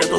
Esto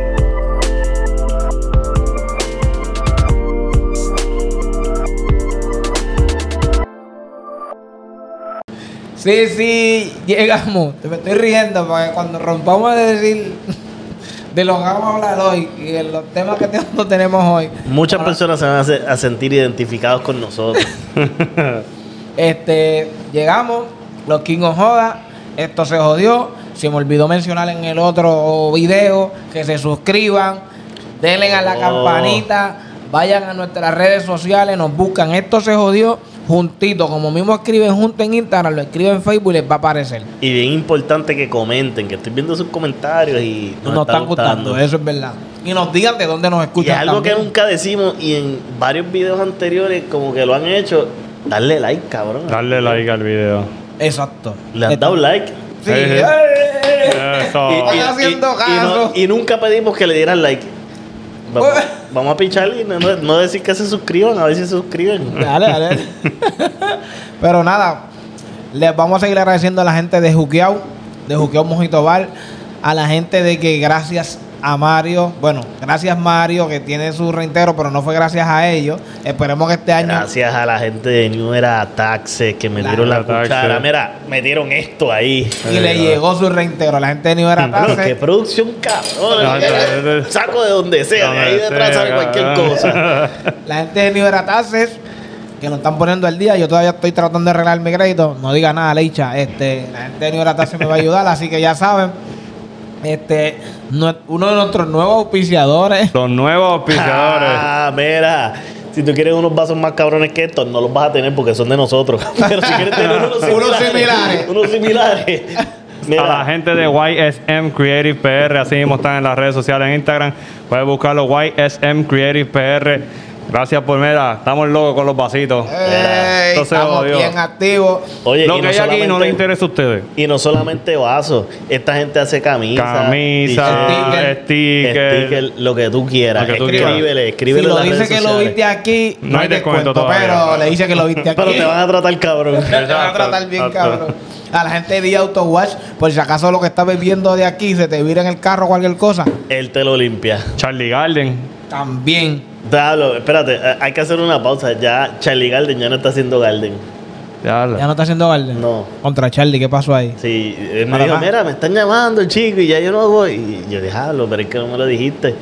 Sí, sí, llegamos. Te me estoy riendo porque cuando rompamos de decir de lo que vamos a hablar hoy y de los temas que te- no tenemos hoy. Muchas ahora, personas se van a, se- a sentir identificados con nosotros. Este, llegamos, los King of Joda, esto se jodió. Se me olvidó mencionar en el otro video que se suscriban, denle a la Oh. campanita, vayan a nuestras redes sociales, nos buscan. Esto se jodió juntito, como mismo escriben junto en Instagram, lo escriben en Facebook y les va a aparecer. y bien importante que comenten, que estoy viendo sus comentarios y nos, están gustando, eso es verdad. Y nos digan de dónde nos Y es escuchan. algo que también. nunca decimos y en varios videos anteriores como que lo han hecho, darle like, cabrón. Darle like al video. Exacto. Este, Le han dado like. Sí. Sí, sí. ¡Eh! Eso. y- Están haciendo y caso. no- y nunca pedimos que le dieran like. Vamos, Pues- vamos a pichar y no, no- no decir que se suscriban, a ver si se suscriben. eh. Dale, dale. Pero nada, les vamos a seguir agradeciendo a la gente de Juqueau, de Juqueau Mojito Bar, a la gente de que gracias a Mario, bueno, gracias Mario que tiene su reintero, pero no fue gracias a ellos. Esperemos que este año Gracias a la gente de New Era Taxes que me La- dieron la Era Taxes. cuchara. Mira, me dieron esto ahí. y le llegó su reintero. La gente de New Era Bueno, Taxes. qué producción cabrón. No, no, no. Saco de donde sea, de ahí detrás sale cualquier cosa. La gente de Niberataces que nos están poniendo al día, yo todavía estoy tratando de arreglar mi crédito, no diga nada, Leicha, este, la gente de Niberataces me va a ayudar, así que ya saben, este, nue- uno de nuestros nuevos auspiciadores, Los nuevos auspiciadores. Ah, mira. Si tú quieres unos vasos más cabrones que estos, no los vas a tener porque son de nosotros. Pero si quieres tener unos similares. Unos similares. unos similares. Mira, A la gente de YSM Creative PR, así mismo están en las redes sociales, en Instagram. Puedes buscarlo, YSM Creative PR. Gracias por mira, estamos locos con los vasitos. Eh, Ey, Esto se estamos jodió. bien activos, Oye, Lo y que no hay aquí no solamente- le interesa a ustedes. Y no solamente vasos. Esta gente hace camisas. Camisa, Sticker. sticker. sticker, lo que tú quieras. Lo que tú quieras. escríbele, si escríbele en lo las dice redes que lo sociales. viste aquí, No hay descuento todavía. pero le dice que lo viste aquí, Pero te van a tratar cabrón. Te van a tratar bien Exacto. cabrón. A la gente de Auto Wash, por si acaso lo que estás bebiendo de aquí se te vira en el carro o cualquier cosa, Él te lo limpia. Charlie Garden. también. Diablo, espérate, eh, hay que hacer una pausa. Ya Charlie Garden ya no está haciendo Garden. Ya lo- ¿Ya no está haciendo balde? No. Contra Charlie, ¿qué pasó ahí? Sí, él me Para dijo, más. mira, me están llamando, chico, y ya yo no voy. Y yo dije, "Diablo, pero es que no me lo dijiste.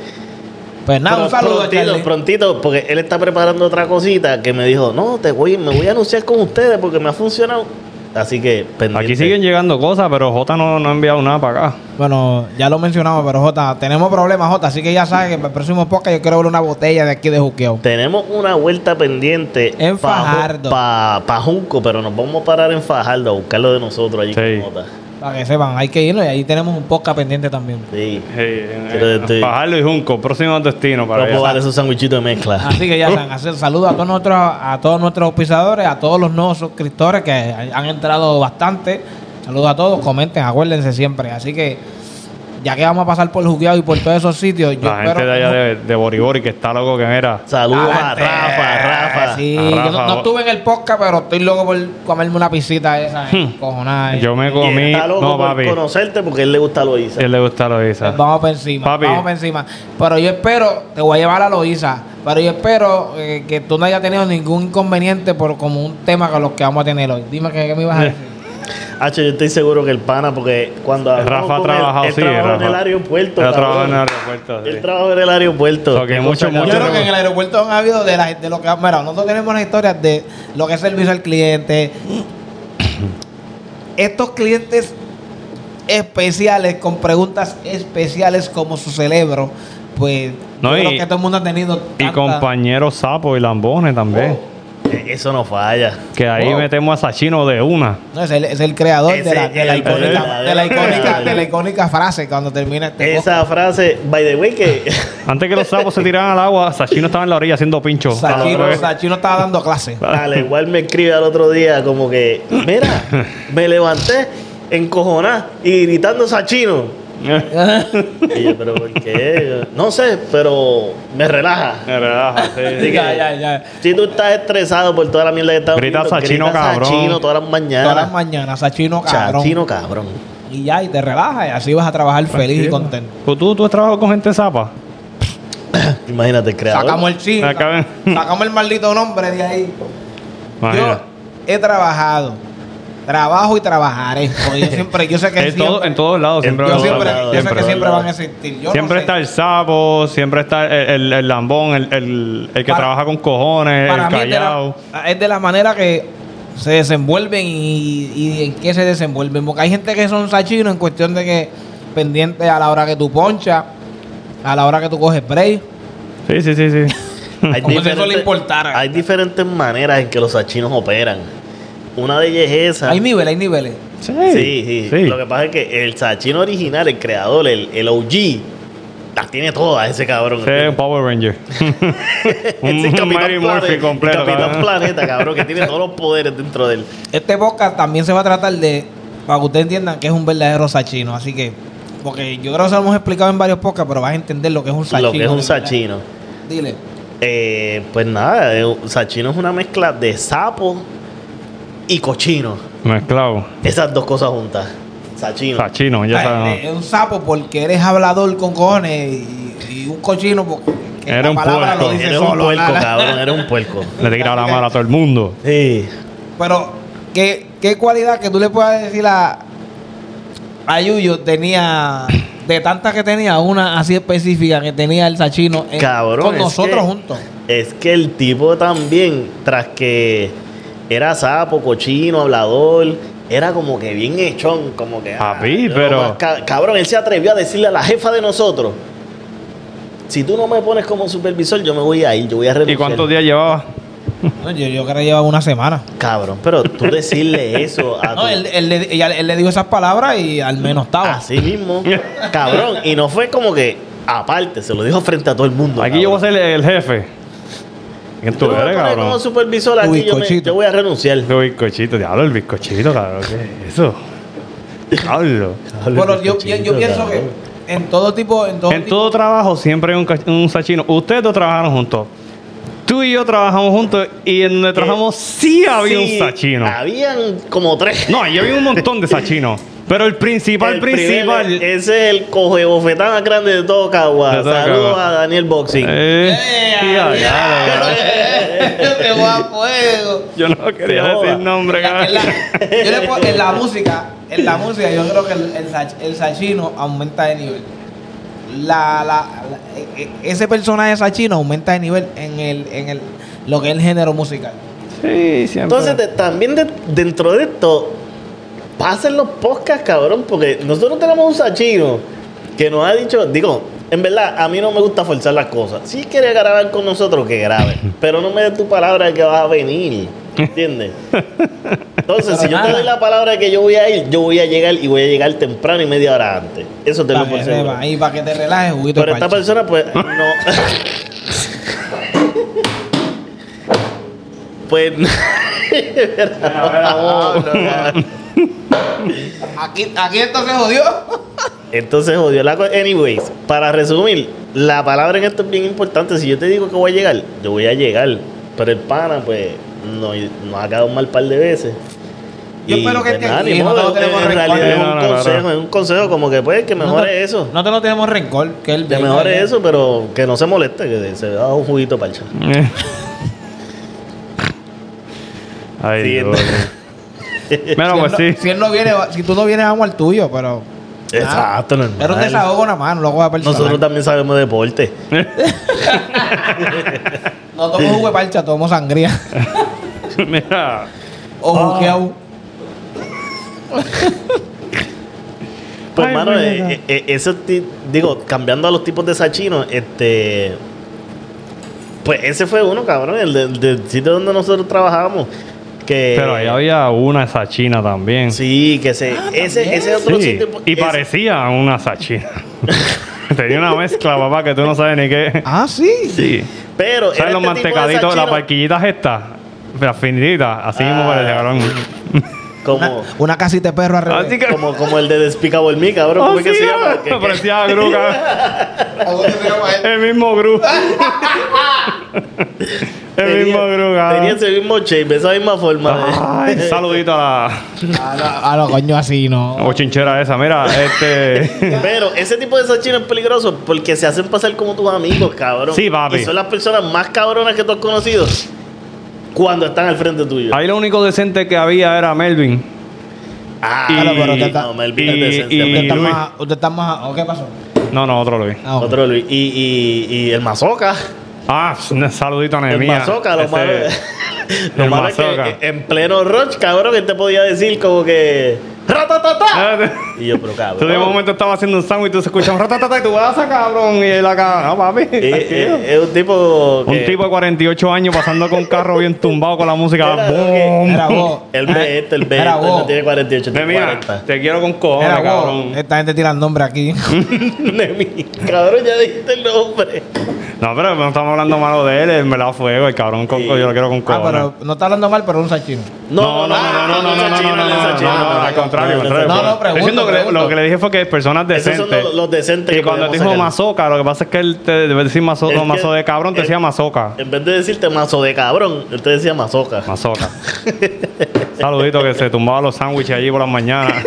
Pues nada, Pero un saludo a prontito, Charlie. prontito, porque él está preparando otra cosita que me dijo, no, te voy, me voy a anunciar con ustedes porque me ha funcionado. Así que, pendiente. Aquí siguen llegando cosas, pero J no, no ha enviado nada para acá. Bueno, ya lo mencionamos, pero Jota, tenemos problemas, Jota, así que ya sabes que para el próximo podcast yo quiero ver una botella de aquí de Juqueo. Tenemos una vuelta pendiente En pa- Fajardo. Pa, pa Junco, pero nos vamos a parar en Fajardo a buscarlo de nosotros allí Sí. con Jota. Para que sepan, hay que irnos y ahí tenemos un podcast pendiente también. Sí. Hey, eh, Pero este- Fajardo y Junco, próximo destino Vamos para a allá. probar esos sandwichitos de mezcla. Así que ya saben, hacer saludos a todos nuestros, a todos nuestros auspiciadores, a todos los nuevos suscriptores que han entrado bastante. Saludos a todos, comenten, acuérdense siempre. Así que, ya que vamos a pasar por Juqueo y por todos esos sitios, yo La gente espero de que allá no- de, de Boribori que está loco que era. Saludos a Adelante. Rafa, eh, Rafa. Sí, A yo no- Rafa. no, estuve en el podcast, pero estoy loco por comerme una pisita esa. eh. Cojonada. Yo me Y comí. está loco No, por papi. conocerte porque a él le gusta Loisa. Él le gusta lo Isa. Pues Vamos para encima. ah. Papi. Vamos para encima. Pero yo espero, te voy a llevar a Loisa. Pero yo espero eh, que tú no hayas tenido ningún inconveniente por como un tema con los que vamos a tener hoy. Dime que, me ibas a decir. Hacho, yo estoy seguro que el pana, porque cuando hablamos Rafa ha con él, trabajado, él sí. trabajó en Rafa. el aeropuerto. Él ha cabrón. trabajado en el aeropuerto. sí. Él trabajó en el aeropuerto. Ok, Qué cosa, mucho, mucho. Yo creo cabrón. que en el aeropuerto han habido de, la, de lo que. Mira, nosotros tenemos las historias de lo que es servicio al cliente. Estos clientes especiales con preguntas especiales como su cerebro, pues. No, yo creo y- que todo el mundo ha tenido. Y tanta- compañeros sapos y lambones también. Eh, Eso no falla. Que ahí Oh. Wow. metemos a Sachino de una. No, es el, es el creador Ese de la, de la es el icónica, verdadero de la icónica, creador. de la icónica frase cuando termina este podcast. Esa frase, by the way, que. Antes que los sapos se tiraran al agua, Sachino estaba en la orilla haciendo pincho. Sachino, Sachino estaba dando clase. Al igual me escribe al otro día como que, mira, me levanté encojonada y gritando Sachino. Y yo, pero ¿por qué? No sé, pero me relaja. Así que, Ya, ya, ya. Si tú estás estresado por toda la mierda que estás Grita viviendo, Sachino, cabrón. Sachino todas las mañanas. Todas las mañanas, Sachino cabrón. Sachino, cabrón. Y ya, y te relajas y así vas a trabajar feliz y contento. ¿Tú, tú, tú has trabajado con gente zapa? Imagínate, el creador. Sacamos el chino. Acá- Sacamos el maldito nombre de ahí. Imagina. Yo he trabajado. Trabajo y trabajaré. Porque yo siempre, yo sé que En, siempre, todo- en todos lados En siempre yo todos los siempre, sapos, yo sé siempre. que siempre ¿verdad? van a existir. Yo no Siempre sé. está el sapo, siempre está el, el- el lambón, el, el- el que Para- trabaja con cojones, Para el mí es de, callao. la, es de la manera que se desenvuelven y, y en qué se desenvuelven. Porque hay gente que son sachinos en cuestión de que pendiente a la hora que tú ponchas, a la hora que tú coges break. Sí, sí, sí, sí. Hay Como si eso le diferentes- importara. Hay diferentes maneras en que los sachinos operan. Una de ellas es esa. Hay niveles, hay niveles. Sí, Sí, sí, Lo que pasa es que el Sachino original, el creador, el, el OG, las tiene todas ese cabrón. Sí, un Power Ranger. Ese un Mary Murphy Planet- completo, Capitán cabrón. Planeta, cabrón, que tiene todos los poderes dentro de él. Este podcast también se va a tratar de, para que ustedes entiendan que es un verdadero sachino. Así que, porque yo creo que se lo hemos explicado en varios podcasts, pero vas a entender lo que es un sachino. lo que es de un verdad. Sachino. Dile. Eh, pues nada, eh, un Sachino es una mezcla de sapo y cochino. Mezclado. Esas dos cosas juntas. Sachino. Sachino, ya Ay, sabemos. eres un sapo porque eres hablador con cojones y, y un cochino porque que Eres un puerco, lo dice Era un solo, puerco, nada. cabrón, era un puerco. Le tira eh, la mala a todo el mundo. Sí. Pero, ¿qué, ¿qué cualidad que tú le puedas decir a, a Yuyo tenía, de tantas que tenía, una así específica que tenía el Sachino en- Cabrón, con es nosotros que- juntos? Es que el tipo también, tras que era sapo, cochino, hablador, era como que bien hechón, como que... ah, Papi, yo pero- nomás, ca- cabrón, él se atrevió a decirle a la jefa de nosotros, si tú no me pones como supervisor, yo me voy a ir, yo voy a renunciar. ¿Y cuántos días llevaba? No, yo, yo creo que llevaba una semana. Cabrón, pero tú decirle eso a tu... No, él, él le, ella- él le dijo esas palabras y al menos estaba. Así mismo, cabrón, y no fue como que aparte, se lo dijo frente a todo el mundo. Aquí yo voy a cabrón. ser el jefe. ¿Quién Tú tú no me eres, pones cabrón? como supervisor aquí, Uy, yo, me- cochito. yo voy a renunciar. El bizcochito, diablo, el bizcochito, cabrón. ¿Qué es eso? Diablo. Pero yo, yo- yo pienso que en todo tipo, en todo En tipo- todo trabajo siempre hay un, cach- un sachino. Ustedes dos trabajaron juntos. Tú y yo trabajamos juntos y en donde trabajamos sí había Eh, Sí, un sachino. Habían como tres. No, yo había un montón de sachinos. Pero el principal, El principal. Eh, primer- ese es el coge bofetán más grande de todo Cagua. De todo Saludos Cagua. a Daniel Boxing. Eh, tía, ya, ya, ya. Yo te voy a fuego. Yo no quería Se joda. decir nombre, En la, cabrón. yo le puedo- en la música, en la música, yo creo que el, el, sach- el sachino aumenta de nivel. La, la, la- e- e- ese personaje sachino aumenta de nivel en el, en el, lo que es el género musical. Sí, siempre. Entonces, te- también de- dentro de esto, pasen los podcasts, cabrón, porque nosotros tenemos un sachino que nos ha dicho, digo, en verdad, a mí no me gusta forzar las cosas. Si quieres grabar con nosotros, que grabe, pero no me des tu palabra de que vas a venir, ¿entiendes? Entonces, si yo te doy la palabra de que yo voy a ir, yo voy a llegar y voy a llegar temprano y media hora antes. Eso te Para lo por que, seguro. sepa, y para que te relajes, juguito de Pero esta parche. persona, pues, no. pues. Aquí, aquí esto se jodió. Entonces jodió la cosa. Anyways, para resumir, la palabra en esto es bien importante. Si yo te digo que voy a llegar, yo voy a llegar. Pero el pana, pues, no- nos ha quedado mal par de veces. Yo espero que pues, esté nada, aquí, ni no modo, te lo tenemos en recuerdo. realidad es No, un no, no, no. consejo, es un consejo como que pues que no, mejore te- eso. No te lo tenemos rencor. Que el Que mejore eso, pero que no se moleste, que se da un juguito para el chavo. Ay, Sí, Dios. Mira, Si, pues él no- sí. si él no viene, va- si tú no vienes, vamos al tuyo, pero. Exacto, normal. Era un desahogo nada más, no lo voy a personal. Nosotros también sabemos de deporte. No tomo jugo de parcha, tomo sangría. Mira. o Ah. juqueau. Pues, Ay, hermano, bueno, eh, ya. eh, eh, eso ti- digo, cambiando a los tipos de sachinos, este. Pues ese fue uno, cabrón, el del, del sitio donde nosotros trabajábamos. Que, Pero ahí había una sachina también. Sí. Sí, que se. ese, ese otro sitio. pues, Y ese- parecía una sachina. Tenía una mezcla, papá, que tú no sabes ni qué. Ah, sí. Sí. Pero. era este tipo ¿Sabes los de mantecaditos, las sachino parquillitas estas? Las finitas, así Ah. mismo parecía, cabrón. Como, Una casita de perro arriba. Así que. Ah, como, como el de Despicable Me, cabrón. ¿Cómo es que Así se era. llama? Que- que- Oh, ah, Parecía Gru, cabrón. El mismo Gru. El mismo Gru, Tenía cabrón. ese ¿eh? mismo shape, esa misma forma. Ay, saludito a A lo, a lo coño así, la no. bochinchera esa. Mira, este. Pero ese tipo de sachinos es peligroso porque se hacen pasar como tus amigos, cabrón. Sí, papi. Y son las personas más cabronas que tú has conocido cuando están al frente tuyo. Ahí lo único decente que había era Melvin. Ah, Y- no, pero te está- y- no, Melvin es y- decencia, Usted y- está, Melvin. Luis. más, usted está más. ¿o ¿Qué pasó? No, no, otro Luis. Ah, ok. Otro Luis. Y, y, y el mazoca. Ah, saludito a Este, El Nehemia. mazoca, lo Ese- malo, lo el malo es Mazoca. que en pleno rush, cabrón, que te podía decir como que. ¡Ratatata! Y yo, pero Ah. Tú de cabrón. momento estaba haciendo un sándwich y tú se escuchas ratatata y tú vas a cabrón y él acá, no papi. eh, tranquilo". eh, es un tipo. Un que- tipo de 48 años pasando con un carro bien tumbado con la música. Era, boom. Era vos. El Ah. B, este, el B, Era este, no vos. tiene 48, tiene Nehemia, 40. te quiero con cojones, Era cabrón. vos. Eh. Esta gente tira el nombre aquí. Nemi, cabrón, ya dijiste el nombre. No, pero no estamos hablando malo de él, me la fuego, el cabrón con Sí. yo lo quiero con Ah, cojones. pero no está hablando mal, pero es un sachino. No, no, no, no, no, no, no, no, no, no, no, no, al contrario, al pues. contrario. No, no, Estoy diciendo que le- pregunto, Lo que le dije fue que personas Esos son decentes. los, los decentes Y que cuando te podemos dijo sacar. mazoca, lo que pasa es que él te debe decir mazo, Es no, que- mazo de cabrón, te es- decía mazoca. En vez de decirte mazo de cabrón, él te decía mazoca. Mazoca. Saludito que se tumbaba los sándwiches allí por las mañanas.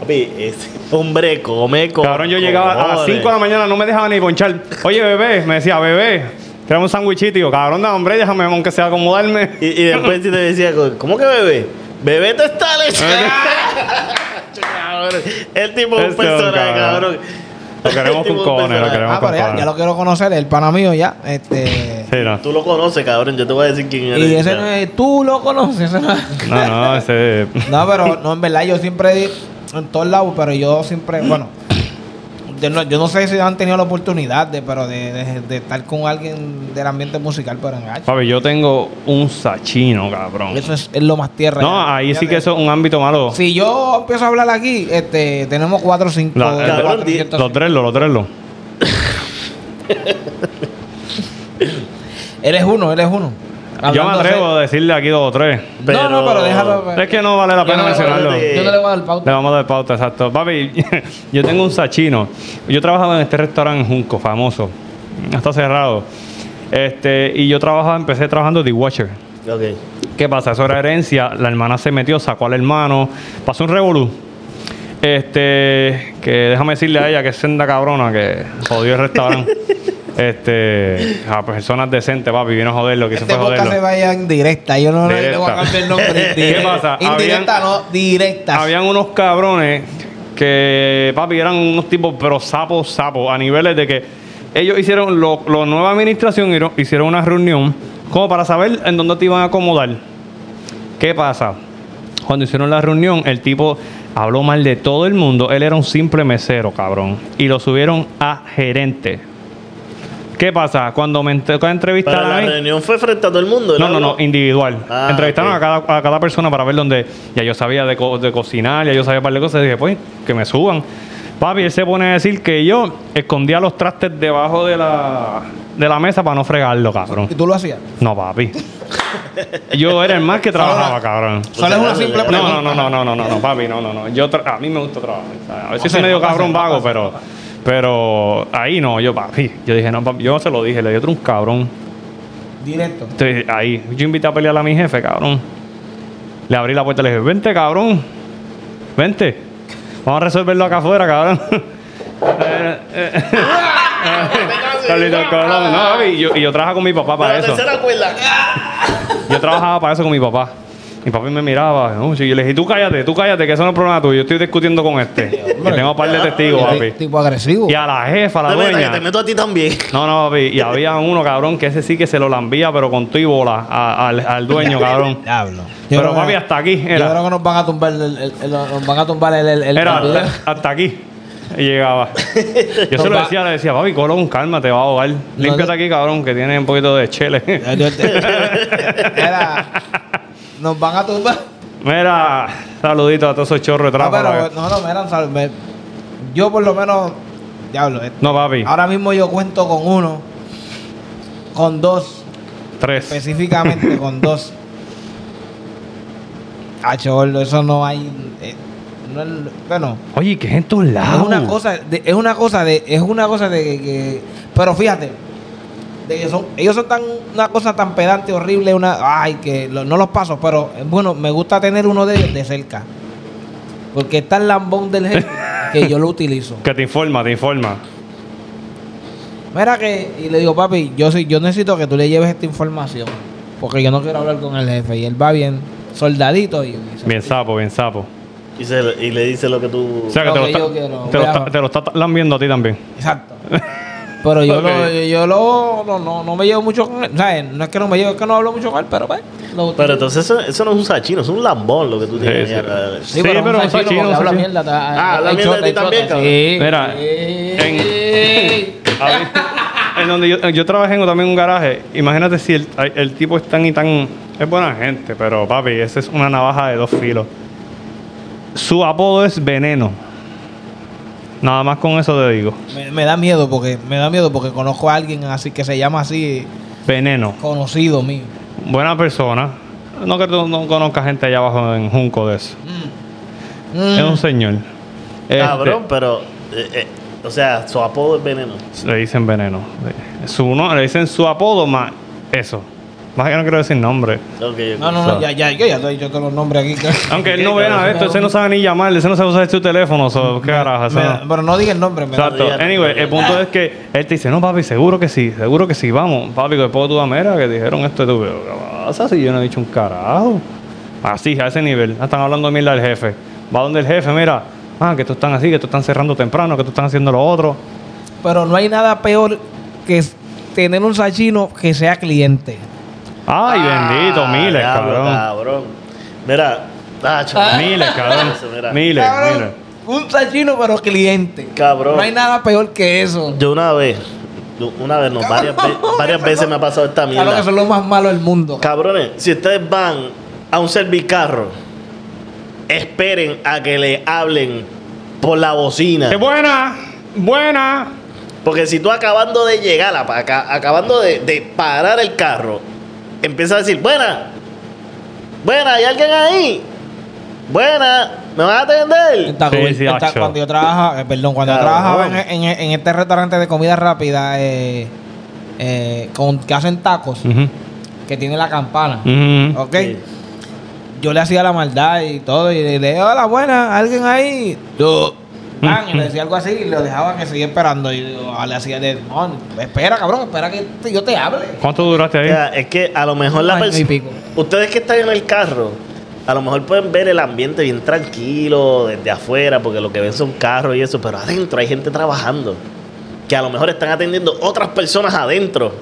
Papi, ese hombre, come, come. Cabrón, yo llegaba a las 5 de la mañana, no me dejaba ni ponchar. Oye, bebé, me decía, bebé, tráeme un sándwichito. Y yo, Cabrón, no, hombre, déjame aunque sea acomodarme. Y, y después sí te decía, ¿cómo que bebé? Bebé te está leche. Este Cabrón, el tipo es un Este es un personaje, cabrón. cabrón. Lo queremos El tipo con es un cojones, lo personaje. queremos Ah, con pero ya, cojones. ya lo quiero conocer, el pana mío ya. Este. Sí, no. Tú lo conoces, cabrón. Yo te voy a decir quién eres. Y ese ya. no es, tú lo conoces. ese no es. No, no, ese. No, pero no, en verdad yo siempre en todos lados, pero yo siempre, bueno, yo no, yo no sé si han tenido la oportunidad de, pero de, de- de estar con alguien del ambiente musical, pero en H. Papi, yo tengo un sachino, cabrón. Eso es, es lo más tierra. No, ahí sí que eso es un ámbito malo. Si yo empiezo a hablar aquí, este, tenemos 4 o 5. La- eh, Los treslo, los treslo. Eres uno, eres uno. Yo me Hablando atrevo así- a decirle aquí dos o tres. No, no, pero déjalo. Es que no vale la Yo pena no le voy a dar- mencionarlo. de- Yo no le voy a dar pauta. Le vamos a dar pauta, exacto. Papi, yo tengo un sachino. Yo trabajaba en este restaurante en Junco, famoso. Está cerrado. Este, y yo trabajaba, empecé trabajando de Watcher. Ok. ¿Qué pasa? Eso era herencia. La hermana se metió, sacó al hermano. Pasó un revolú. Este, que déjame decirle a ella que es senda cabrona, que jodió el restaurante. este, a personas decentes, papi, vino a joderlo, que se Este fue podcast se joderlo. vaya en directa. Yo no le- le voy a Directa. cambiar el nombre. ¿Qué pasa? Indirecta, Habían- no, directa. Habían unos cabrones que, papi, eran unos tipos, pero sapos, sapos, a niveles de que ellos hicieron, lo, la nueva administración hiro- hicieron una reunión como para saber en dónde te iban a acomodar. ¿Qué pasa? Cuando hicieron la reunión, el tipo habló mal de todo el mundo. Él era un simple mesero, cabrón. Y lo subieron a gerente. ¿Qué pasa? Cuando me tocó entrevistar Pero a la mí- reunión fue frente a todo el mundo. ¿él no, no, no, habló? individual. Ah, Entrevistaron ok. a, cada, a cada persona para ver dónde. Ya yo sabía de, co- de cocinar, ya yo sabía un par de cosas. Y dije, pues, que me suban. Papi, él se pone a decir que yo escondía los trastes debajo de la, de la mesa para no fregarlo, cabrón. ¿Y tú lo hacías? No, papi. Yo era el más que trabajaba, cabrón. Solo es una simple No, pregunta. no, no, no, no, no, no, no, papi, no, no, no. Yo tra- a mí me gusta trabajar. ¿sabes? A veces Pasa, soy medio pasa, cabrón pasa, vago, pasa. pero pero ahí no, yo papi. Yo dije, no, papi, yo se lo dije, le di otro un cabrón. Directo. Estoy ahí. Yo invité a pelear a mi jefe, cabrón. Le abrí la puerta y le dije, vente, cabrón. Vente. Vamos a resolverlo acá afuera, cabrón. Eh, eh, Carlito Colón. No, papi, y yo, y yo trabajaba con mi papá para Pero la eso. tercera cuerda. Yo trabajaba para eso con mi papá. Mi papá me miraba. ¿no? Y yo le dije, tú cállate, tú cállate, que eso no es problema tuyo. Yo estoy discutiendo con este. Que tengo un par de testigos, papi. Tipo agresivo. Y a la jefa, a la Te meto- dueña. Te meto a ti también. No, no, papi. Y había uno, cabrón, que ese sí que se lo lambía, pero con tu y bola a- al, al dueño, cabrón. Diablo. Pero, papi, hasta aquí Yo era. creo que nos van a tumbar el, el- el- nos van a tumbar el, el- el- Era el video. hasta, hasta aquí. Y llegaba. Yo se lo decía, le decía, papi, Colón, calma, te va a ahogar. Límpiate aquí, cabrón, que tiene un poquito de chele. Era, nos van a tumbar. Mira, saludito a todos esos chorros de No, trampa. pero, para- no, no, mira, sal- me- yo por lo menos, diablo, eh, No, papi, ahora mismo yo cuento con uno, con dos, pues tres. específicamente con dos. Hacho, gordo, eso no hay. eh, no es- bueno, Oye, que es en todos lados. es una cosa, de- es una cosa de, es una cosa de que, que- pero fíjate, de que son- ellos son tan, una cosa tan pedante, horrible, una, ay, que lo- no los paso, pero eh, bueno, me gusta tener uno de ellos de cerca, porque está el lambón del jefe que yo lo utilizo. Que te informa, te informa. Mira que, y le digo, papi, yo sí, yo necesito que tú le lleves esta información, porque yo no quiero hablar con el jefe, y él va bien, soldadito y, y se- Bien sapo, bien sapo. Y, se, y le dice lo que tú. O sea que Lo te lo que yo está- quiero, te lo está- vea. te lo está lambiendo a ti también. Exacto. Pero yo, Ok. lo, yo, yo lo, no, no, no me llevo mucho con él. ¿sabes? No es que no me llevo, es que no hablo mucho con él, pero pues, lo Pero entonces eso, eso no es un sachino, es un lambón lo que tú tienes. Sí, Este- mierda. sí, pero un sachino, porque un habla sachino. mierda. Ah, habla mierda de ti también, cabrón. Mira, en- Ahí- en donde yo, yo trabajé en también un garaje, imagínate si el, el tipo es tan y tan. Es buena gente, pero papi, esa es una navaja de dos filos. Su apodo es Veneno. Nada más con eso te digo. me, me da miedo porque me da miedo porque conozco a alguien así que se llama así Veneno. conocido mío. Buena persona. No que tú no conozcas gente allá abajo en Junco de eso. Es Mm. un señor. Este, Cabrón, pero. eh, eh, o sea, su apodo es veneno. Le dicen Veneno. Su, no, le dicen su apodo más eso. Más que no quiero decir nombre. Ok, ok. No, no, no, ya, ya, yo ya te he dicho todos los nombres aquí. que- Aunque él no vea nada de esto, ese no sabe ni llamar, ese no sabe usar su teléfono, so, qué carajo, eso me- no. pero no diga el nombre, me da- Exacto. Anyway, el punto es que él te dice, no papi, seguro que sí, seguro que sí, vamos, papi, que después tú mera que dijeron esto y tú, pero, ¿qué pasa si yo no he dicho un carajo? Así, a ese nivel, Ah, están hablando mierda del jefe. Va donde el jefe, mira, ah, que tú están así, que tú están cerrando temprano, que tú están haciendo lo otro. Pero no hay nada peor que s- tener un sachino que sea cliente. Ay, Ah, bendito, miles, diablo, cabrón. cabrón. Mira, tacho, Ah. Miles, cabrón. Eso, mira. Miles, Cabrón, miles. Un sachino, pero cliente. Cabrón. No hay nada peor que eso. Yo una vez, yo una vez, no, varias, ve- varias veces me ha pasado esta Claro que mierda. eso es lo más malo del mundo. Cabrones, si ustedes van a un servicarro, esperen a que le hablen por la bocina. ¡Qué buena! ¡Buena! Porque si tú acabando de llegar, a- aca- acabando de, de parar el carro, empiezas a decir, buena, buena, ¿hay alguien ahí? Buena, ¿me vas a atender? Está Sí, cool. sí, Está- hacho. cuando yo trabajaba, eh, perdón, cuando yo Claro. trabajaba en, en- en este restaurante de comida rápida eh, eh, con, que hacen tacos, Ujú, Mm. que tiene la campana, ujú. ¿ok? Sí. Yo le hacía la maldad y todo, y le decía, hola, buena, ¿alguien ahí? Yo, Mm. pan, y le decía algo así y lo dejaba que seguía esperando. Y yo, ah, le hacía, de, no, espera, cabrón, espera que te- yo te hable. ¿Cuánto duraste O ahí? sea, es que a lo mejor la Año y persona. pico. Ustedes que están en el carro, a lo mejor pueden ver el ambiente bien tranquilo desde afuera, porque lo que ven son carros y eso, pero adentro hay gente trabajando. Que a lo mejor están atendiendo otras personas adentro.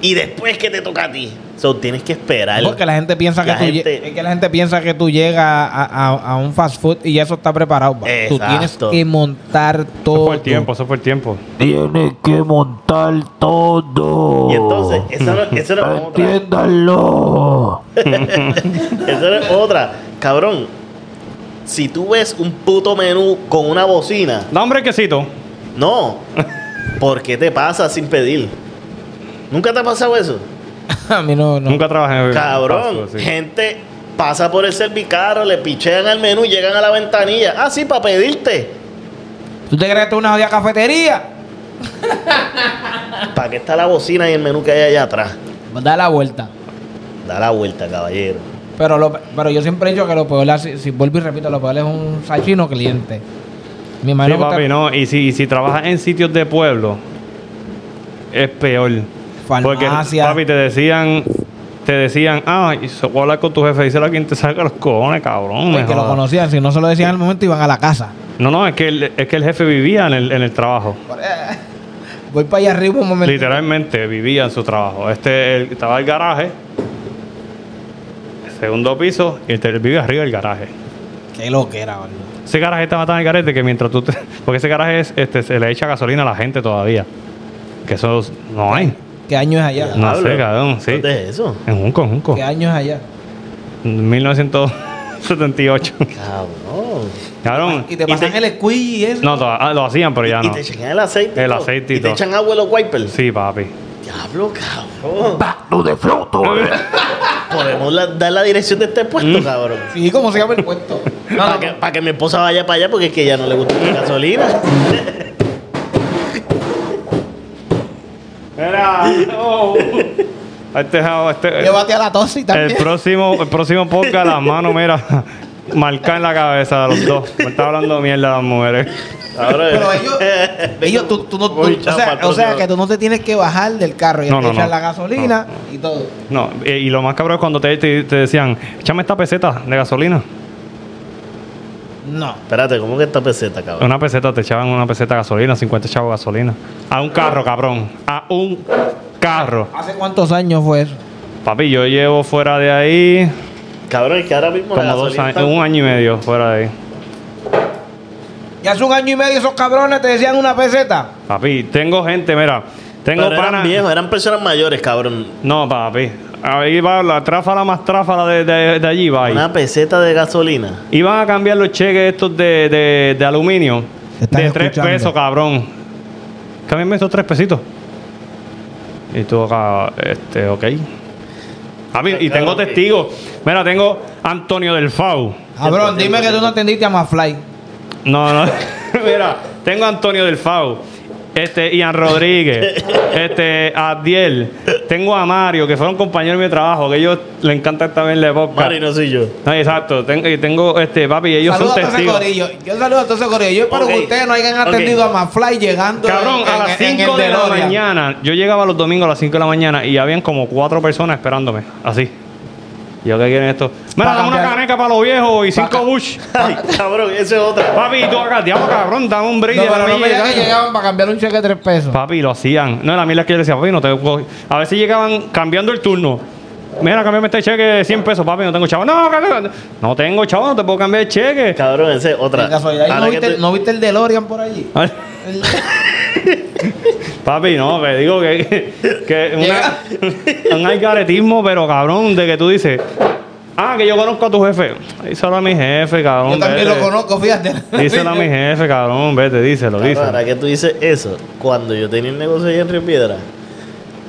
Y después que te toca a ti. So, tienes que esperar. Porque la gente piensa que La tú lle- gente- es que la gente piensa que tú llegas a, a- a un fast food y ya eso está preparado. pa. Tú Exacto. tienes que montar Eso todo. fue el tiempo, eso fue el tiempo. Tiene que montar todo. Y entonces, esa no, esa no es otra. Entiéndanlo. Esa no es otra. Cabrón, si tú ves un puto menú con una bocina, Da un brequecito. no. ¿Por qué te pasa sin pedir? ¿Nunca te ha pasado eso? a mí no, no. Nunca trabajé en Cabrón, paso, sí. gente pasa por el servicarro, le pichean al menú, llegan a la ventanilla. Ah, sí, para pedirte. ¿Tú te crees que esto es una jodida cafetería? ¿Para qué está la bocina y el menú que hay allá atrás? Da la vuelta. Da la vuelta, caballero. Pero, lo, pero yo siempre he dicho que lo peor, es- si, si vuelvo y repito, lo peor es un sachino cliente. Mi Sí, imagino que papi, usted- no. Y si, y si trabajas en sitios de pueblo, es peor. Porque, Farmacia. papi, te decían, te decían, ah, y se voy a hablar con tu jefe, díselo a quien te saca los cojones, cabrón. me que lo jodas". conocían, si no se lo decían al momento iban a la casa. No, no, es que el, es que el jefe vivía en el, en el trabajo. Voy para allá arriba un momento. Literalmente vivía en su trabajo. Este él estaba el garaje, segundo piso, y él te- él vive arriba del garaje. Qué loquera, boludo. Ese garaje está matando el garete que mientras tú te- Porque ese garaje es, este, se le echa gasolina a la gente todavía. Que eso es- no hay. ¿Qué año es allá? No Pablo, sé, cabrón, sí. ¿Dónde es eso? En Junco, en Junco. ¿Qué año es allá? 1978. Cabrón. Cabrón. Y te pasan te- el squeeze y eso. No, to- ah, lo hacían, pero ya y no. te echan el aceite. El todo. aceite y Y te todo. echan agua en los wipers. Sí, papi. Diablo, cabrón. Lo de floto. eh. Podemos la- dar la dirección de este puesto, Mm. cabrón. Sí, ¿cómo se llama el puesto? No, para, que, pa' que mi esposa vaya para allá porque es que ya no le gusta la gasolina. Era. Este, este, Llévate a la tos y el también. próximo, el próximo podcast, las manos, mira, marcar en la cabeza a los dos. Me está hablando mierda las mujeres. Cabrón. Pero ellos, ellos tú, tú no, tú- Uy, o, sea, chapa, o sea, todo. que tú no te tienes que bajar del carro y No, te no, echas no. la gasolina y todo. No, eh, y lo más cabrón es cuando te, te- te decían, échame esta peseta de gasolina. No. Espérate, ¿cómo que esta peseta, cabrón? Una peseta, te echaban una peseta de gasolina, 50 chavos de gasolina. A un carro, cabrón. A un carro. ¿Hace cuántos años fue eso? Papi, yo llevo fuera de ahí Cabrón, es que ahora mismo la como dos gasolina años, está- un año y medio fuera de ahí. Y hace un año y medio esos cabrones te decían una peseta. Papi, tengo gente, mira, tengo Pero eran pana- viejos, eran personas mayores, cabrón. No, papi. Ahí va la tráfala más tráfala de, de- de allí, va. ahí. Una peseta de gasolina. Iban a cambiar los cheques estos de, de- de aluminio. Te están De tres escuchando. pesos, cabrón. Cámbiame esos tres pesitos. Y tú acá, este, ok. Ah, mira, y tengo testigos. Mira, tengo Antonio del FAU. Cabrón, dime que tú no atendiste a Mafly. No, no. Mira, tengo a Antonio del Fau. Este, Ian Rodríguez, este, a Adiel, tengo a Mario, que fueron compañeros de mi trabajo, que ellos le encanta también la época. Mari, no soy yo. No, exacto, tengo, y tengo este, papi, y ellos Saludos a son todos esos testigos. corillos. Yo saludo a todos esos corillos. Yo espero Ok, que ustedes no hayan ok. atendido a Mafly llegando. Cabrón, en- a en- las en el 5 de la DeLorean. mañana, yo llegaba los domingos a las 5 de la mañana y habían como cuatro personas esperándome, así. ¿Y yo qué quieren esto? Para Mira, dame una cambiar- caneca para los viejos y Para- cinco bush. Ay, cabrón, esa es otra. Papi, tú acá, diablo, cabrón, dame un brindis. No, pero déjame no me digas llegar. que llegaban para cambiar un cheque de tres pesos. Papi, lo hacían. No, la mierda es que yo le decía, papi, no te puedo- A veces llegaban cambiando el turno. Mira, cambiame este cheque de 100 pesos, papi, no tengo chavo. No, cabrón, no tengo chavo, no te puedo cambiar el cheque. Cabrón, esa es otra. De casualidad, ¿y Ahora ¿no, que viste, tú- no viste el DeLorean por allí? Ay, papi, no, te digo que, que una- un algaretismo, pero cabrón, de que tú dices, ah, que yo conozco a tu jefe. Díselo a mi jefe, cabrón. Yo también lo vete. conozco, fíjate. Díselo a mi jefe, cabrón, vete, díselo, Claro, díselo. ahora que tú dices eso, cuando yo tenía el negocio ahí en Río Piedra,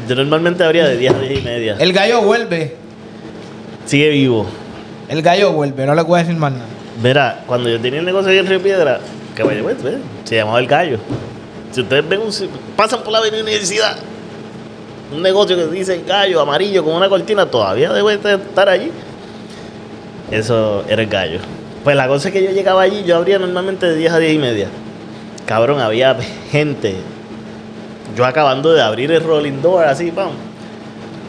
yo normalmente abría de 10 a 10 y media. El gallo vuelve. Sigue vivo. El gallo vuelve, no le puedo decir más nada. Verá, cuando yo tenía el negocio ahí en Río Piedra, que by the way, ve, se llamaba El Gallo. Si ustedes ven un, si- pasan por la avenida Universidad, un negocio que dice El Gallo, amarillo, con una cortina, todavía debe de estar allí. Eso era El Gallo. Pues la cosa es que yo llegaba allí, yo abría normalmente de 10 a 10 y media. Cabrón, había gente. Yo acabando de abrir el Rolling Door, así, vamos.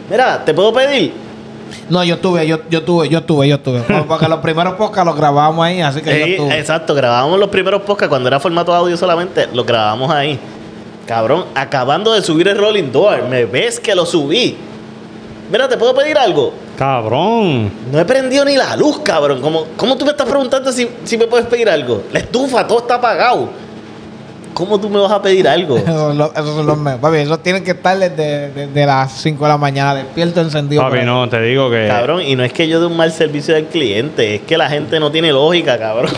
Mira, ¿te puedo pedir? No, yo tuve, yo, yo tuve, yo tuve, yo tuve. Bueno, Porque los primeros podcasts los grabamos ahí, así que Sí, yo tuve. exacto, grabábamos los primeros podcasts cuando era formato audio solamente, los grabábamos ahí. Cabrón, acabando de subir el Rolling Door, me ves que lo subí. Mira, ¿te puedo pedir algo? Cabrón. No he prendido ni la luz, cabrón. ¿Cómo, cómo tú me estás preguntando si, si me puedes pedir algo? La estufa, todo está apagado. ¿Cómo tú me vas a pedir algo? Esos son los, esos son los memes. Papi, esos tienen que estar desde, desde las 5 de la mañana, despierto, encendido. Papi, pero- no, te digo que. Cabrón, y no es que yo dé un mal servicio al cliente, es que la gente no tiene lógica, cabrón.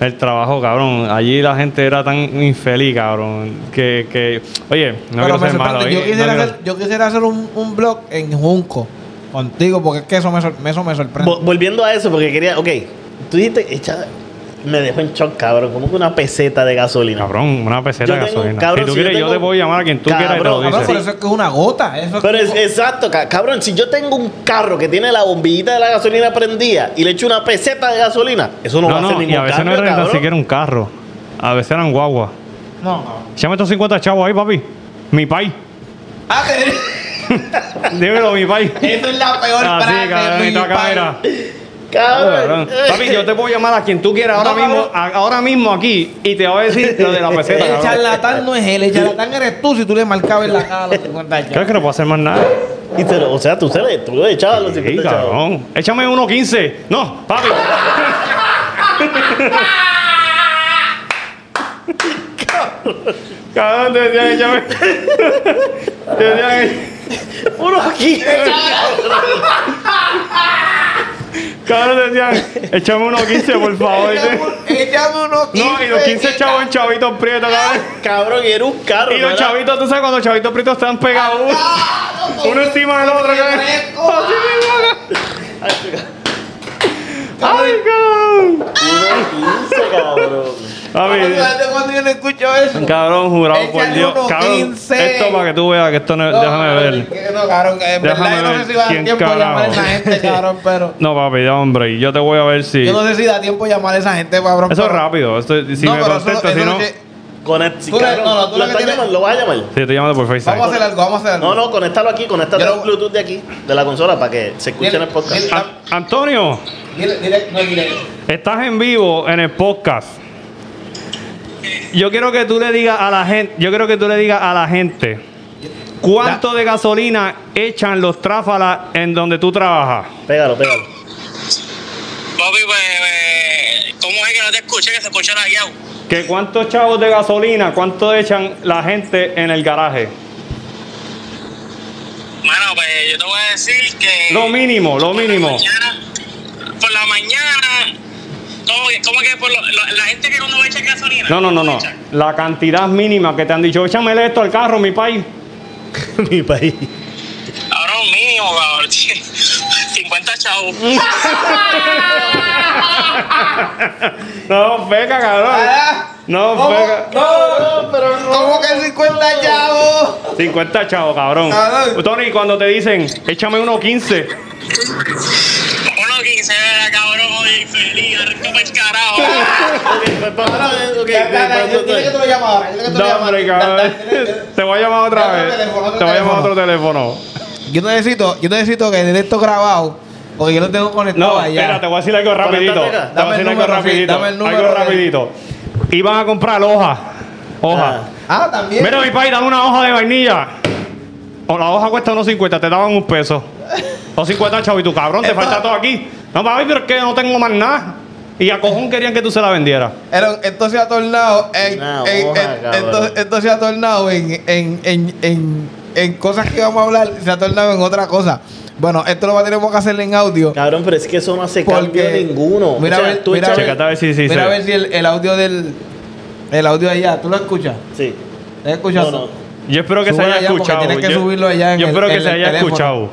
El trabajo, cabrón. Allí la gente era tan infeliz, cabrón. Que, que... Oye, no pero quiero me ser malo. sorprende. Yo ¿eh? quisiera, No quiero- hacer, yo quisiera hacer un, un blog en Junco contigo, porque es que eso me, sor- eso me sorprende. Vol- volviendo a eso, porque quería, ok, tú dijiste, echa- me dejó en shock, cabrón, como que una peseta de gasolina. Cabrón, una peseta Yo de tengo un gasolina. cabrón, si tú si yo quieres, yo, tengo te un- puedo llamar a quien tú quieras y te lo Cabrón, Cabrón, dices. pero eso es que es una gota. Eso es Pero es como- exacto, ca- cabrón, si yo tengo un carro que tiene la bombillita de la gasolina prendida y le echo una peseta de gasolina, eso no, va No, a no, ser ningún y a veces no cambio, era ni cabrón. siquiera un carro. A veces eran guagua. No, cabrón. Llame estos 50 chavos ahí, papi. Mi pai. Ah, que- Dímelo, mi pai. Ah, Eso es la peor Así, frase, cabrón, mi y tú acá, padre. mira. Cabrón. Cabrón. Papi, yo te puedo llamar a quien tú quieras ahora No, cabrón. mismo, a- ahora mismo aquí y te voy a decir lo de la peseta. El cabrón. charlatán no es él, el charlatán eres tú si tú le marcabas en la cara a los 50 Creo chavos. que no puedo hacer más nada. Y te lo- o sea, tú se le, tú le echabas los Sí, 50 chavos. cabrón. Échame 1.15. No, papi. Cabrón, te decían échame. Te decían Uno aquí. Cabrón, te decían échame unos 15, por favor. Échame unos 15. No, y los 15 chavos en chavitos prietos, cabrón. Cabrón, y era un carro. Y no los era- chavitos, tú sabes, cuando los chavitos prietos están pegados Ah, uno encima del otro. cabrón. Ah, Así mismo, cabrón. Ay, cabrón. Uno 15, cabrón. A ver, cuando yo Ah, no escucho eso? cabrón, jurado por Échale Dios. unos Cabrón, 15. esto para que tú veas que esto no, No, déjame cabrón, ver. que No, cabrón, que en Déjame verdad yo no ver sé si va a dar quién tiempo a llamar a esa carajo. gente, cabrón, pero. No, papi, ya, hombre, yo te voy a ver si. Yo no sé si da tiempo a llamar a esa gente, cabrón. Eso es pero- rápido. Esto, si No, me pero eso- contestas, eso si no no. que- Conect- si, Tú le- cabrón, no, no, tú lo lo que estás tienes- llamando, lo vas a llamar. Sí, estoy llamando por Vamos a FaceTime. hacer algo, vamos a hacer algo. No, no, conéctalo aquí, conéctalo Yo al lo- Ah. Bluetooth de aquí, de la consola, para que se escuche en el podcast. Dile- An- Antonio, Dile, dile, no, dile. estás en vivo en el podcast. Yo quiero que tú le digas a la gente, yo quiero que tú le digas a la gente cuánto de gasolina echan los tráfalas en donde tú trabajas. Pégalo, pégalo. Bobby, pues, eh, ¿cómo es que no te escuché? Que se escucha la guiao. Que cuántos chavos de gasolina, cuánto echan la gente en el garaje. Bueno, pues yo te voy a decir que. Lo mínimo, lo mínimo. Por la mañana. Por la mañana ¿Cómo que, cómo que por lo- lo- la gente que no va a echar gasolina? No, no, no, no. echa. La cantidad mínima que te han dicho, échamele esto al carro, mi país. Mi país. Ahora un mínimo, cabrón. 50 chavos. No, peca, cabrón. Ah, No, ¿Cómo? peca. No, pero no. ¿Cómo que 50 chavos? 50 chavos, cabrón. Cabrón. Tony, cuando te dicen, échame uno 15. Uno 15, ¿verdad, cabrón? Oye, infeliz, arranca para el carajo. pues, Ya, ya, ya, yo- Dile que tú lo llamas ahora. Dile que tú lo llamas. Dame, Da- cabrón. da- dile- dile- Te voy a llamar otra Dame vez. teléfono, otro Te voy a llamar teléfono. otro teléfono. Yo necesito, yo necesito que de esto grabado, porque yo lo tengo conectado No, allá. espera, te voy a decir algo rapidito. Te Conéctate voy acá. a Dame decir el algo número, Rafi, rapidito. dame el número, Algo Rafi. rapidito. Iban a comprar hojas. Hojas. Ah, también. Mira, mi país, dame una hoja de vainilla. O la hoja cuesta unos 50, te daban un peso. O 50 chavos, y tú, cabrón, te falta todo aquí. No, papi, pero es que no tengo más nada. Y a cojón querían que tú se la vendieras. Era- esto se ha tornado en, Una en- hoja, en- cabrón. esto, esto se ha tornado en, en, en, en, en cosas que vamos a hablar, se ha tornado en otra cosa. Bueno, esto lo tenemos que hacer en audio. Cabrón, pero es que eso no hace cambio Porque ninguno. Mira, O sea, a ver, tú mira, a echas- ver- Chécate a ver si- si mira se- a ver si el, el audio del el audio allá, ¿tú lo escuchas? Sí. ¿Lo escuchas? No, no. Yo espero que Súbelo se haya allá, porque escuchado. tienes que yo, subirlo allá en yo el- espero que en se el haya teléfono. escuchado.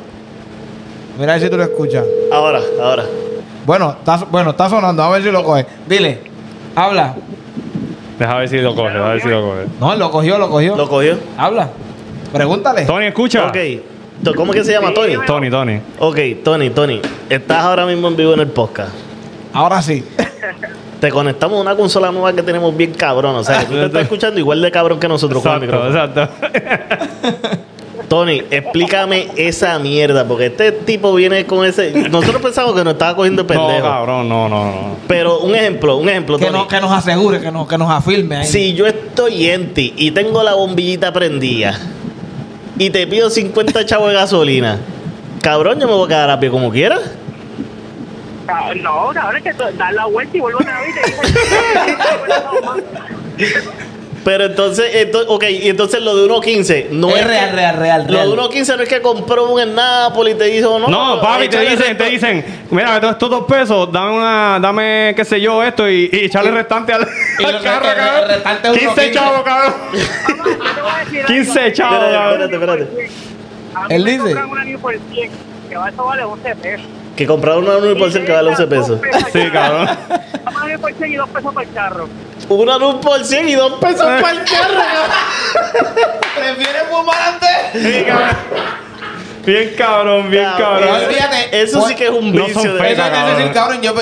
Mira a ver si tú lo escuchas. Ahora, ahora. Bueno, está, bueno, está sonando, a ver si lo coge. Dile, habla. Deja ver si lo coge, deja ver si lo coge. No, lo cogió, lo cogió. Lo cogió. Habla. Pregúntale. Tony, escucha. Ok. To- ¿Cómo es que se llama Tony? Tony, Tony. Ok, Tony, Tony. Estás ahora mismo en vivo en el podcast. Ahora sí. Te conectamos a una consola nueva que tenemos bien cabrón. O sea, que tú te estás escuchando igual de cabrón que nosotros con el Exacto, micrófono. exacto. Tony, explícame esa mierda, porque este tipo viene con ese. Nosotros pensamos que nos estaba cogiendo el no, pendejo. cabrón, no, no, no. pero un ejemplo, un ejemplo, Que, Tony. no- que nos asegure, que, no, que nos afirme ahí. Si yo estoy en ti y tengo la bombillita prendida y te pido 50 chavos de gasolina, cabrón, yo me voy a quedar a pie como quiera. Ah, No, cabrón, que tú- dar la vuelta y vuelvo a la vida. y dices, Pero entonces, ento- ok, y entonces lo de 1.15 no es que- real, real, real, real. Lo de 1.15 no es que compró un en Nápoles y te dijo, no. No, papi, te échale dicen, resto. te dicen, mira, estos, estos dos pesos, dame una, dame, qué sé yo, esto y, y echarle restante al, y al lo- carro, el- el- cabrón. el restante es uno 15 quince. chavos, cabrón. Yo te voy a decir algo. 15 chavos, cabrón. Espérate, espérate, espérate. A mí Él me dice. compran una New por 100, que va- eso vale 11 pesos. Que compraron una 1% que vale 11 pesos. Sí, cabrón. Una New por 100 y 2 pesos para el carro. Una luz por 100 y dos pesos para el carro. cabrón. ¿Prefieres fumar antes? Sí, cabrón. Bien cabrón, bien Cabrón, cabrón. Olvídate. Eso sí que es un No son vicio. de fe- Eso verdad. hay que decir, cabrón, yo,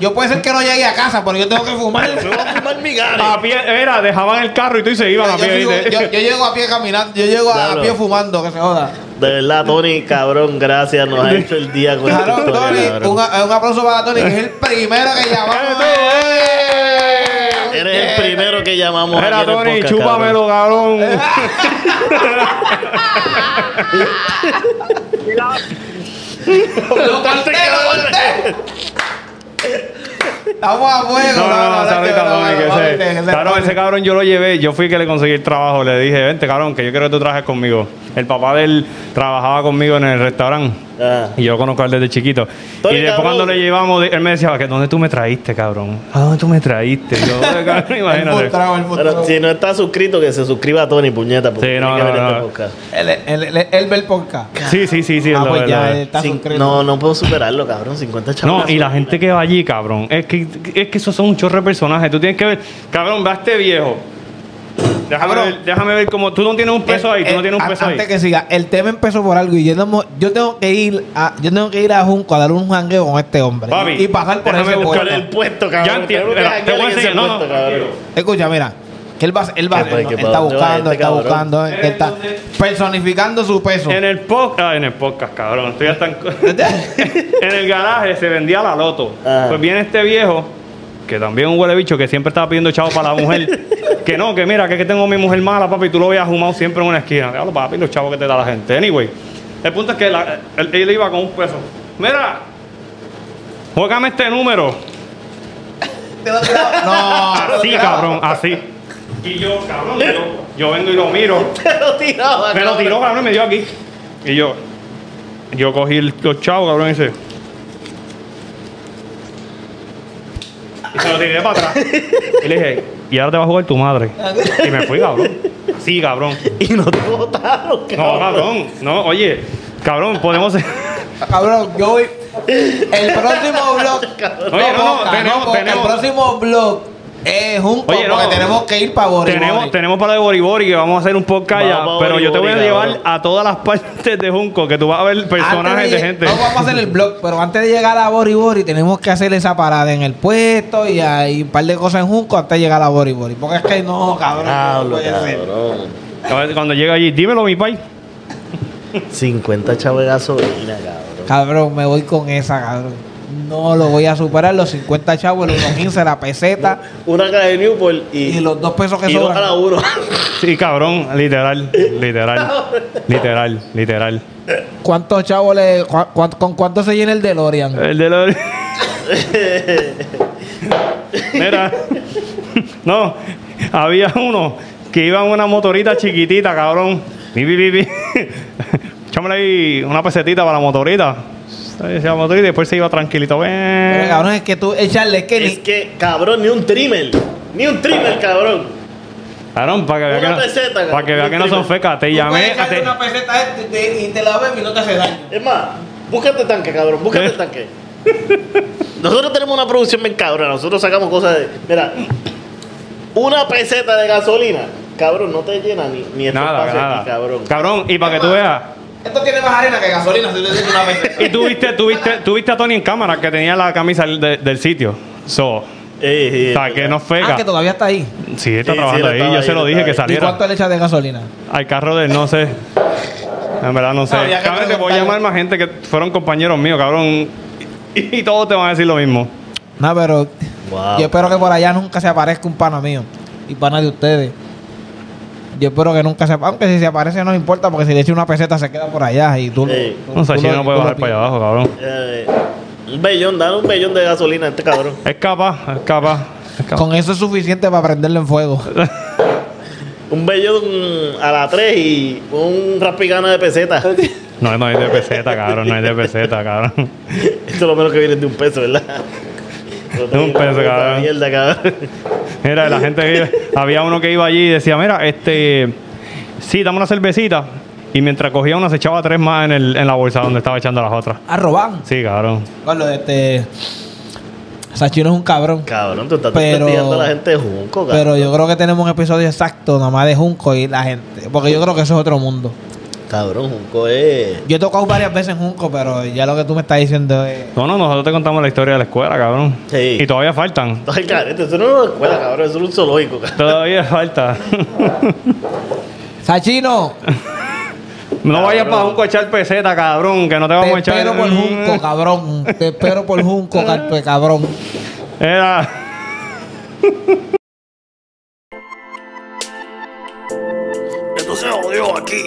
yo puede ser que no llegue a casa, pero yo tengo que fumar. Me voy a fumar migares. A pie, era, dejaban el carro y tú se iban a yo, pie, sigo- ¿viste? yo- yo llego a pie caminando, yo llego a, Claro. pie fumando, que se joda. De verdad, Tony, cabrón, gracias. Nos ha hecho el día con esta Claro, historia, Tony, cabrón. un, a- un aplauso para Tony, que es el primero que llamamos. Eres el primero que llamamos. Era, aquí en el Tony, podcast, chúpamelo, cabrón. Y la- ¡Lo conté, lo conté! Estamos a fuego. No, no, no, cabrón, ahorita, no, mami, no, que mami, que ese- se- Cabrón, ese cabrón yo lo llevé. Yo fui que le conseguí el trabajo. Le dije, vente, cabrón, que yo quiero que tú trabajes conmigo. El papá de él trabajaba conmigo en el restaurante. Ah. Y yo lo conozco a él desde chiquito. Tony, y después cabrón. cuando le llevamos, él me decía, "¿A qué- ¿dónde tú me traíste, cabrón? ¿A dónde tú me traíste? Yo, cabrón, El imagínate. frustrado, el Pero frustrado. si no está suscrito, que se suscriba a Tony, puñeta. Porque Sí, no, tiene que no, ver este no. podcast. El, el, el, el ve el podcast. Sí, sí, sí, sí. Ah, lo- pues lo- ya, él está Cin- suscrito. no, no puedo superarlo, cabrón. 50 chavos. No, y la gente que va allí, cabrón. Es que, es que esos son un chorro de personajes. Tú tienes que ver, cabrón, va este viejo. Déjame Cabrón. ver, déjame ver cómo. Tú no tienes un peso ahí, tú no Eh, tienes eh, un peso ahí. Antes que siga, el tema empezó por algo y yo, no, yo tengo que ir a yo tengo que ir a Junco a dar un jangueo con este hombre Papi, y pasar por déjame ese buscar puerto. el puesto, cabrón. Ya entiendo. Tenemos que mira, Te hackearle voy a ese enseñar. No, no, puesto, cabrón. tranquilo. Escucha, mira, que él va, él va, Que pa- él, que pa- está ¿dónde va buscando, este está cabrón? buscando, eh, él está Entonces- personificando su peso. En el podcast, en el podcast, cabrón. Estoy hasta en, en el garaje se vendía la loto. Ajá. Pues viene este viejo, que también un huele bicho, que siempre estaba pidiendo chavo para la mujer. que no, que mira, que, es que tengo a mi mujer mala, papi, y tú lo veías jumado siempre en una esquina. Diablo, papi, los chavos que te da la gente. Anyway, el punto es que la- él, él iba con un peso. Mira, juégame este número. no, Así, cabrón, así. Y yo, cabrón, yo, yo vengo y lo miro. Te lo tiraba, Me lo cabrón. tiró, cabrón, y me dio aquí. Y yo, yo cogí el, los chavos, cabrón, y dice. Y se lo tiré para atrás. Y le dije, y ahora te va a jugar tu madre. Y me fui, cabrón. Sí, cabrón. Y no te botaron, cabrón. No, cabrón. No, oye, cabrón, podemos. Oye, Cabrón, yo voy. El próximo blog. no, no, Boca, tenemos, Boca, tenemos. El próximo blog es un Oye, no. porque tenemos que ir para Bori. Tenemos, Bori. tenemos para de Boribori que vamos a hacer un podcast Vamos ya, pa' pero yo te voy a Boribori, llevar cabrón. a todas las partes de Junco que tú vas a ver personajes Antes de, lleg- gente. No vamos a hacer el blog, pero antes de llegar a Bori Bori tenemos que hacer esa parada en el puesto y hay un par de cosas en Junco antes de llegar a Bori Bori. Porque es que no, cabrón. no Diablo, puede ser. cabrón. Cuando llega allí, dímelo, mi pai. 50 chavos de gasolina, cabrón. Cabrón, me voy con esa, cabrón. No lo voy a superar. Los 50 chavos, los 15, la peseta Una caja de Newport y, y los dos pesos que y dos sobran. a la uno. Sí, cabrón, literal, literal, literal, literal. ¿Cuántos chavos le, cua- cua- ¿Con cuánto se llena el Eh. DeLorean? El de los... Mira, no, había uno que iba en una motorita chiquitita, cabrón. Pi, pi, pi, pi. Échamele ahí una pesetita para la motorita. Ahí se la motorita y después se iba tranquilito. Pero, Ven. cabrón, es que tú echarle es que ni- es que, cabrón, ni un trimmer. Ni un trimmer, cabrón. Cabrón, para que vea que Una no, peseta, cabrón. para que, vea que no son fecas. Te tú puedes llamé. echarle te- una peseta a este y te- y te la bebes y no te hace daño. Es más, búscate tanque, cabrón, búscate ¿Eh? tanque. Nosotros tenemos una producción bien cabrona, nosotros sacamos cosas de. Mira, una peseta de gasolina, cabrón, no te llena ni, ni estos Nada, pases aquí, nada. cabrón. Cabrón, y para que tú veas. Esto tiene más arena que gasolina si tú le dices una peseta. Y tú viste, tú viste, tú viste a Tony en cámara que tenía la camisa de- del sitio. So, Eh, eh, o sea, que no Ah, fega. que todavía está ahí. Sí, está Sí, trabajando sí, él ahí. estaba Yo ahí, se lo él dije que estaba ¿Y saliera cuánto le echas de gasolina? al carro de él, no sé. En verdad no sé. Habría que Cabrón, te voy a preguntarle. llamar más gente que fueron compañeros míos, cabrón. Y, y todos te van a decir lo mismo. No, pero Wow. yo espero que por allá nunca se aparezca un pana mío y pana de ustedes. Yo espero que nunca se aparezca. Aunque si se aparece no importa porque si le echo una peseta se queda por allá y tú... lo- Sí. tú- Un tú sachino lo- no tú puede lo bajar para allá abajo, cabrón. eh, un bellón, dale un bellón de gasolina a este cabrón. Es capaz, es capaz. es capaz. Con eso es suficiente para prenderlo en fuego. Un bellón a la 3 y un raspigana de peseta. Esto No, no hay de peseta, cabrón. No hay de peseta, cabrón. es lo menos que viene de un peso, ¿verdad? De un peso, cabrón. Mierda, cabrón. Mira, la gente que había uno que iba allí y decía, mira, este, sí, dame una cervecita. Y mientras cogía una se echaba tres más en, el, en la bolsa donde estaba echando las otras. A robar. Sí, cabrón. Con lo de este... Sachino es un cabrón. Cabrón, tú estás Pero- investigando a la gente de Junco, cabrón. Pero yo creo que tenemos un episodio exacto nada más de Junco y la gente. Porque yo creo que eso es otro mundo. Cabrón, Junco es. Yo he tocado varias veces en Junco, pero ya lo que tú me estás diciendo es... No, no, nosotros te contamos la historia de la escuela, cabrón. Sí. Y todavía faltan. Ay, carete, eso no es una escuela, cabrón, eso es un zoológico, cabrón. Todavía falta. Sachino, no vayas para Junco a echar peseta, cabrón, que no te vamos te a echar. Mm. espero por Junco, cabrón. Te espero por Junco, carpe, cabrón. Era. Esto se jodió aquí.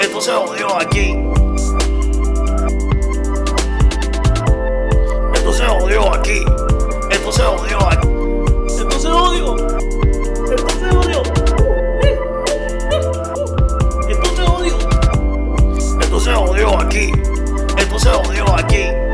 Esto se jodió aquí. Esto se jodió aquí. Esto se entonces odio a... Entonces odio. Entonces odio. Entonces odio. Entonces odio aquí. Entonces odio aquí.